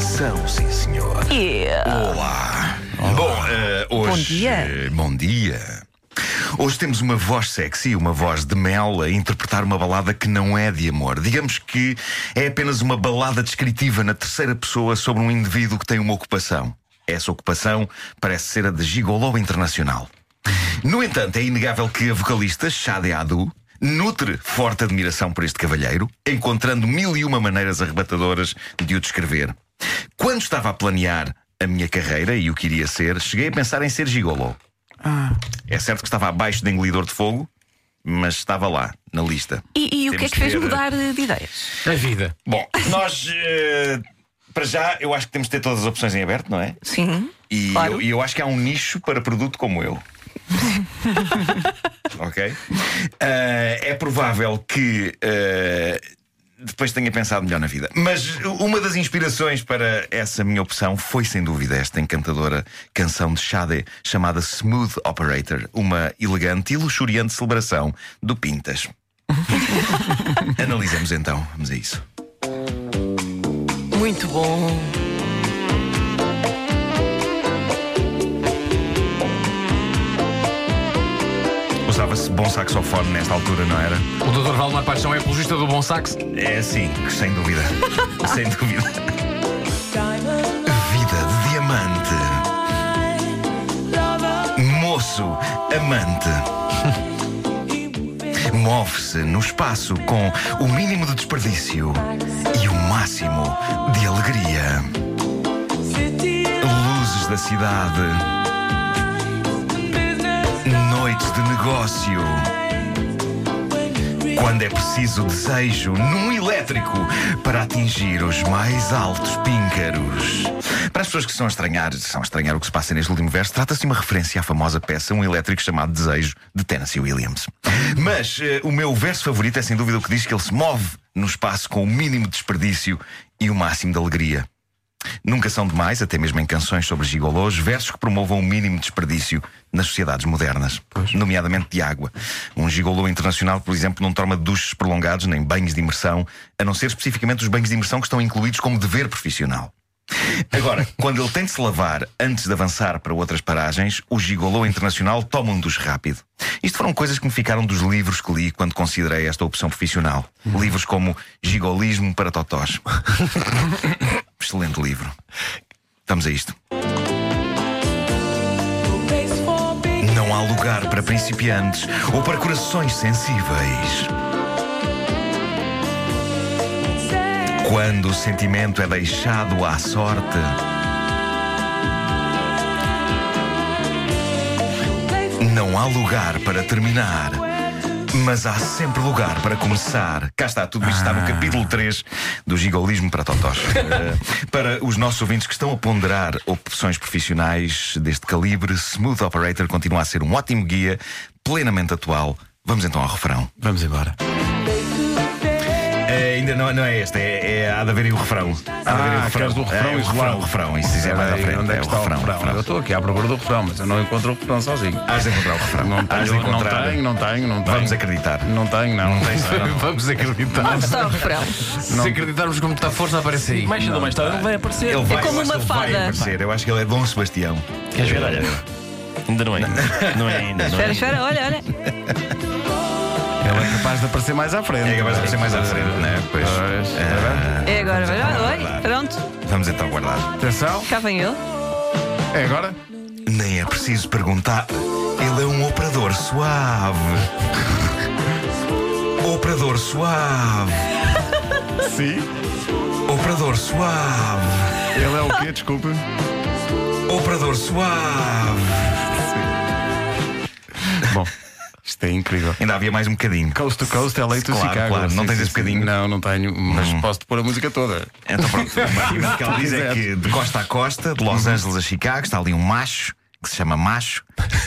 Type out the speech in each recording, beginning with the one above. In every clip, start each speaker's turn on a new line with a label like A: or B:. A: São, sim, senhor.
B: Olá. Bom, eh, hoje.
C: Bom dia.
B: eh, bom dia. Hoje temos uma voz sexy, uma voz de mel a interpretar uma balada que não é de amor. Digamos que é apenas uma balada descritiva na terceira pessoa sobre um indivíduo que tem uma ocupação. Essa ocupação parece ser a de gigolô internacional. No entanto, é inegável que a vocalista Shade Adu nutre forte admiração por este cavalheiro, encontrando mil e uma maneiras arrebatadoras de o descrever. Quando estava a planear a minha carreira e o que iria ser, cheguei a pensar em ser gigolo. É certo que estava abaixo de engolidor de fogo, mas estava lá, na lista.
C: E, e o que é
B: Temos
C: que fez
B: de ver-
C: mudar de ideias?
D: A vida.
B: Bom, nós. eh, para já, eu acho que temos de ter todas as opções em aberto, não é?
C: Sim.
B: E
C: Claro.
B: eu, e eu acho que há um nicho para produto como eu. ok? Ah, é provável que. ah, depois tenha pensado melhor na vida. Mas uma das inspirações para essa minha opção foi, sem dúvida, esta encantadora canção de Sade chamada Smooth Operator, uma elegante e luxuriante celebração do Pintas. Analisemos então, vamos a isso.
C: Muito bom.
B: Usava-se bom saxofone nesta altura, não era?
D: O Dr. Valdemar Paixão é apologista do bom sax.
B: É sim, sem dúvida. sem dúvida. Vida de diamante. Moço, amante. Move-se no espaço com o mínimo de desperdício e o máximo de alegria. Luzes da cidade. Noites de negócio. Quando é preciso desejo num elétrico para atingir os mais altos píncaros. Para as pessoas que são a estranhar, são a estranhar o que se passa neste último verso, trata-se de uma referência à famosa peça Um Elétrico Chamado Desejo, de Tennessee Williams. Mas eh, o meu verso favorito é sem dúvida o que diz que ele se move no espaço com o mínimo desperdício e o máximo de alegria. Nunca são demais, até mesmo em canções sobre gigolos, versos que promovam o mínimo desperdício nas sociedades modernas, nomeadamente de água. Um gigolô internacional, por exemplo, não toma duches prolongados nem banhos de imersão, a não ser especificamente os banhos de imersão que estão incluídos como dever profissional. Agora, quando ele tem de se lavar antes de avançar para outras paragens, o gigolô internacional toma um dos rápido. Isto foram coisas que me ficaram dos livros que li quando considerei esta opção profissional. Livros como Gigolismo para Totós. Excelente livro. Vamos a isto. Não há lugar para principiantes ou para corações sensíveis. Quando o sentimento é deixado à sorte, não há lugar para terminar. Mas há sempre lugar para começar. Cá está, tudo isto está
E: Ah.
B: no capítulo 3 do Gigolismo para Totós. Eh, para os nossos ouvintes que estão a ponderar opções profissionais deste calibre, Smooth Operator continua a ser um ótimo guia, plenamente atual. Vamos então ao refrão.
D: Vamos embora.
B: Eh, ainda não, não é este, é, é- há de haver aí o refrão. Há de haver aí
E: Ah, queres o refrão
B: É, o refrão,
E: isolado.
B: o refrão. Isso é mais à
E: Peraí,
B: frente.
E: Onde é
B: o
E: que está o
B: refrão, o
E: refrão? Eu
B: refrão.
E: estou aqui à procura do refrão, mas eu não encontro o refrão sozinho.
B: Hás de encontrar o refrão.
E: Não
B: Hás de
E: tenho, não
B: encontrar.
E: tenho, não tenho, não tenho.
B: Vamos acreditar.
E: Não tenho, não. não tenho.
D: Vamos acreditar.
C: Onde está o refrão?
D: Se acreditarmos com muita força, aparece aí.
F: Mais cedo ou mais tarde tá, ele vai aparecer.
B: Ele vai,
C: como
B: eu acho
C: uma
B: que ele vai
C: fada.
B: aparecer. Eu acho que ele é Dom Sebastião.
F: Queres ver? Olha. Ainda não é. ainda. Não é ainda. Não é
C: Espera, espera,
F: ainda.
C: olha, olha.
E: Ele é capaz de aparecer mais à frente.
B: É capaz de aparecer mais à frente, não é? Pois.
E: Pois, está
B: Ah,
C: É agora, olha, olha, olha. Pronto,
B: Vamos então guardar.
E: Atenção,
C: cá vem ele.
E: é agora?
B: Nem é preciso perguntar. Ele é um operador suave. operador suave.
E: Sim.
B: Operador suave.
E: Ele é o quê? Desculpe.
B: Operador suave.
E: Bom, isto é incrível.
B: Ainda havia mais um bocadinho.
E: Coast to Coast, LA to
B: Claro,
E: Chicago.
B: claro, não tens
E: Sim, sim,
B: esse
E: sim.
B: bocadinho. Hum.
E: Não, não tenho, mas posso-te pôr a música toda.
B: Então pronto, Mas o que ela diz é
E: Exato. Uhum.
B: que de costa a costa, de Los Angeles a Chicago, está ali um macho que se chama macho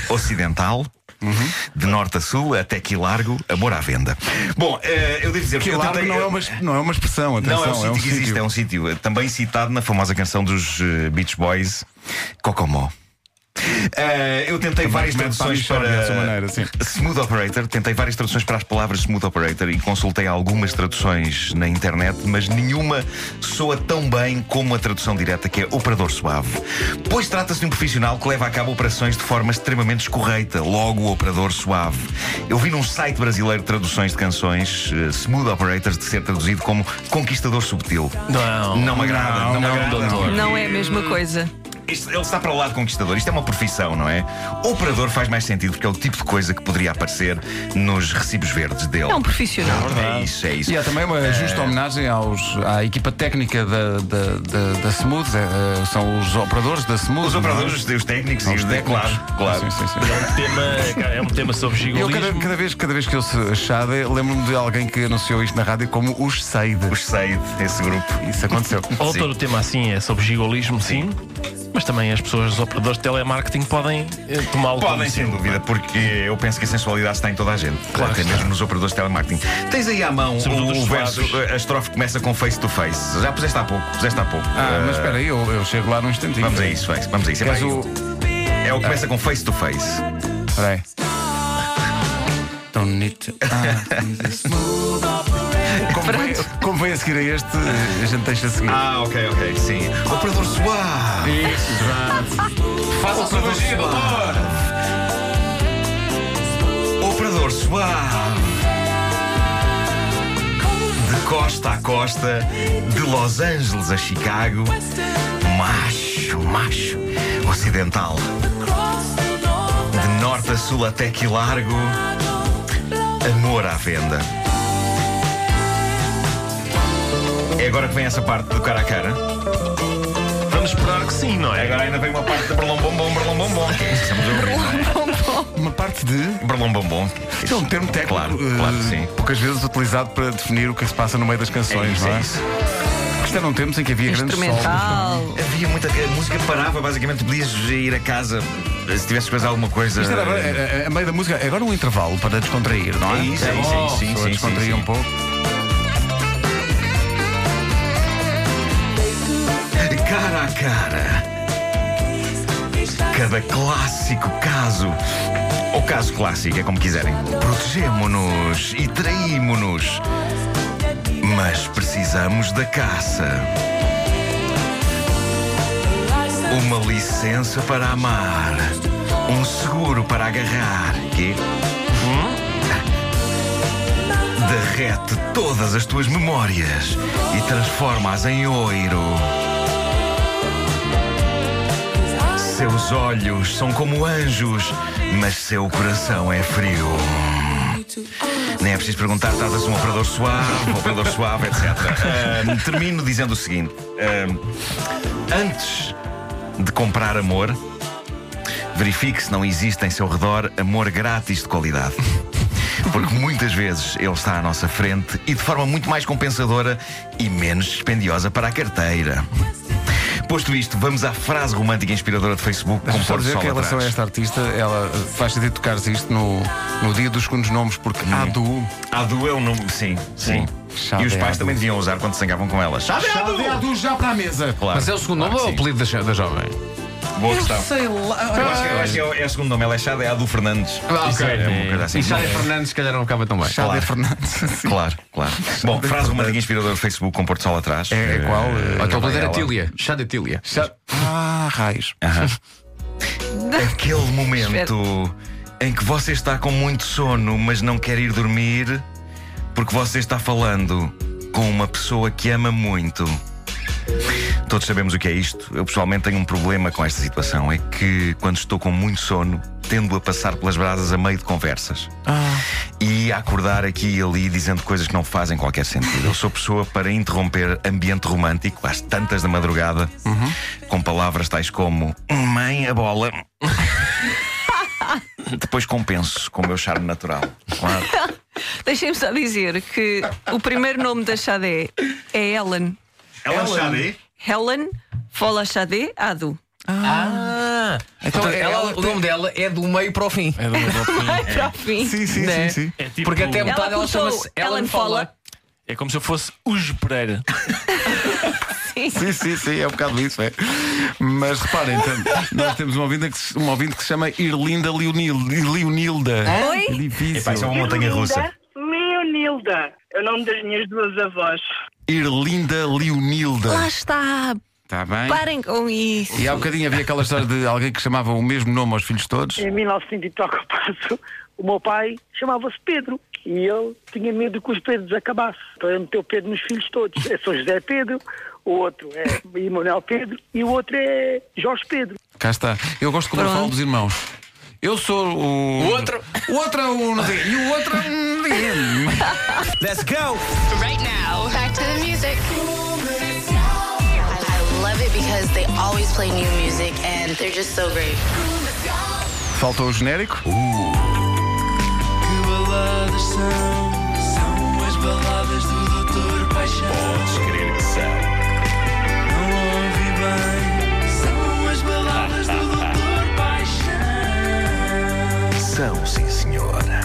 B: ocidental.
E: Uhum.
B: De norte a sul, até que largo, amor à venda. Bom, eh, eu devo dizer
E: Que
B: eu
E: largo
B: tentei-
E: não é uma, não é uma expressão, atenção.
B: Não, é um sítio que existe,
E: sítio.
B: é um sítio. eh, Também citado na famosa canção dos eh, Beach Boys, Cocomó. Eh, eu tentei várias traduções
E: para é a sua
B: para.
E: maneira, sim.
B: Smooth Operator, tentei várias traduções para as palavras Smooth Operator e consultei algumas traduções na internet, mas nenhuma soa tão bem como a tradução direta que é operador suave. Pois trata-se de um profissional que leva a cabo operações de forma extremamente escorreita, logo o operador suave. Eu vi num site brasileiro de traduções de canções, eh, Smooth Operators, de ser traduzido como conquistador subtil.
F: Não.
B: Não me agrada, não, me
F: não,
B: agrada.
F: doutor.
C: Não é a mesma coisa.
B: Isto- ele está para o lado conquistador. Isto é uma profissão, não é? Operador faz mais sentido porque é o tipo de coisa que poderia aparecer nos recibos verdes dele.
C: É um profissional.
B: É isso, é isso.
E: E há também uma justa homenagem aos, à equipa técnica da, da, da, da Smooth, eh, eh, são os operadores da Smooth.
B: Os
E: não é?
B: operadores, os, os técnicos e
E: Aos
B: os de-
E: técnicos.
B: Claro, claro.
E: Sim, sim, sim.
F: É um tema, cara, é um tema sobre
E: Eu
F: gigolismo.
E: cada, cada vez, cada vez que eu se achada, lembro-me de alguém que anunciou isto na rádio como os Seide.
B: Os Seid, esse grupo.
E: Isso é aconteceu.
F: Ou
B: Sim.
F: todo o tema assim é sobre gigolismo, sim. Mas também as pessoas, os operadores de telemarketing, podem eh, tomá-lo como
B: Podem, sem
F: sendo.
B: dúvida, porque eu penso que a sensualidade está em toda a gente.
F: Claro
B: até
F: que
B: mesmo nos operadores de telemarketing. Tens aí à mão
F: Somos
B: o,
F: todos
B: o verso, eh,
F: suaves.
B: a estrofe começa com face to face. Já puseste há pouco, puseste há pouco.
E: Ah, mas
B: Eh,
E: espera aí, eu, eu chego lá num instantinho.
B: Vamos a isso, vai, vamos a isso. É,
E: Queres
B: pá,
E: o. Ah.
B: é o que começa com face to face.
E: Espera aí. Tão bonito. Convém, convém a seguir a este, a gente deixa a seguir.
B: Ah, ok, ok, sim. Operador suave.
D: Faça a sua magia, doutor!
B: Operador suave. De costa a costa, de Los Angeles a Chicago. Macho, macho. Ocidental. De norte a sul até que largo. Amor à venda. É agora que vem essa parte do cara a cara.
F: Vamos esperar que sim, não é?
B: Agora ainda vem uma parte de berlom bombom, berlom bombom. Estamos a ouvir, não é?
E: Uma parte de.
B: Berlom bombom.
E: Isto é um termo técnico.
B: Claro,
E: eh,
B: claro que sim.
E: Poucas vezes utilizado para definir o que se passa no meio das canções,
B: É isso,
E: não
B: é isso.
E: Isto eram tempos em que havia grandes solos.
C: Instrumental.
B: Havia muita. A música parava, basicamente, podias ir a casa se tivesse que fazer alguma coisa.
E: Isto era agora, eh, eh, a meio da música, agora um intervalo para descontrair, não é?
B: É isso, é isso, é isso, sim,
E: Só
B: sim,
E: descontrair
B: sim, sim.
E: um pouco.
B: Cara a cara. Cada clássico caso. Ou caso clássico, é como quiserem. Protegemo-nos e traímo-nos. Mas precisamos da caça. Uma licença para amar. Um seguro para agarrar. Quê? Hum? Derrete todas as tuas memórias e transforma-as em oiro. Seus olhos são como anjos, mas seu coração é frio. Nem é preciso perguntar, trata-se de um operador suave, um operador suave, etc. Ahm, termino dizendo o seguinte: ahm, antes de comprar amor, verifique se não existe em seu redor amor grátis de qualidade. Porque muitas vezes ele está à nossa frente e de forma muito mais compensadora e menos dispendiosa para a carteira. Posto isto, vamos à frase romântica e inspiradora de Facebook com
E: Deixa-me só
B: pôr do
E: dizer
B: sol
E: que em relação a
B: atrás.
E: esta artista, ela eh, faz sentido tocares isto no, no dia dos segundos nomes, porque há do.
B: Adu é um nome, sim, sim.
E: Chá
B: E
E: de
B: os pais
E: Adu.
B: também deviam usar quando se zangavam com elas. Chá de Adu!
E: do já para a mesa.
B: Claro.
D: Mas é o segundo
B: claro
D: nome
B: que
D: ou o
B: sim.
D: apelido da, jo- da jovem?
B: Boa questão.
E: Sei lá.
B: Eu acho que, eu acho que é, o- é o segundo nome, ela é Chá de Adu Fernandes.
D: Ah, ok.
B: É uma coisa assim.
D: E Chália Fernandes, se calhar, não acaba tão bem.
E: Chá
B: Claro.
E: de Fernandes. sim.
B: Claro, claro. Bom, frase romântica e inspiradora do Facebook com Porto Sol atrás.
E: É, é qual? eh,
D: Ou então o apelido era
B: Ela.
D: Tília. Chá de Tília.
E: chá- Ah, raios.
B: Aquele momento em que você está com muito sono, mas não quer ir dormir, porque você está falando com uma pessoa que ama muito. Todos sabemos o que é isto. Eu pessoalmente tenho um problema com esta situação. É que quando estou com muito sono, tendo a passar pelas brasas a meio de conversas. E a acordar aqui e ali dizendo coisas que não fazem qualquer sentido. Eu sou pessoa para interromper ambiente romântico às tantas da madrugada com palavras tais como mãe, a bola. Depois compenso com o meu charme natural. Claro.
C: Deixem-me só dizer que o primeiro nome da Xadé é Helen.
B: Ela Xadé?
C: Helen Fola Xadé Adu.
D: Ah! Então,
E: Então,
D: ela- o nome dela é do meio para o fim.
F: É do meu
C: Para o fim.
E: Sim, sim,
D: Né?
E: sim, sim.
F: É tipo-
D: Porque até a
C: Ela
D: metade ela
C: começou
D: chama-se
C: Ellen
D: Ellen Fola.
C: Fola.
F: É como se eu fosse Ujo Pereira.
E: Sim, sim, sim, é um bocado isso, é. Mas reparem, então, nós temos uma ouvinte que, se- uma ouvinte que se chama Irlinda Leonil- Leonilda.
C: Oi?
E: É difícil.
G: Epá, isso é uma montanha russa.
A: Leonilda. É o nome das minhas duas avós.
E: Irlinda
C: Lá
E: Leonilda.
C: está.
E: Está Tá bem?
C: Parem com isso.
E: E há bocadinho havia aquela história de alguém que chamava o mesmo nome aos filhos todos.
A: Em 1900 e toca o passo, o meu pai chamava-se Pedro. E ele tinha medo que os Pedros acabassem. Então ele meteu Pedro nos filhos todos. É São José Pedro, o outro é Emanuel Pedro e o outro é Jorge Pedro.
E: Cá está. Eu gosto como eu
C: Pronto.
E: falo dos irmãos. Eu sou o. O outro. O outro é o. não sei, E o outro é um.
H: Let's go!
I: Right now, back to the music. I love it because they always play new music and they're just so great.
E: Faltou o genérico.
G: Podes crer que são. São, sim, senhora.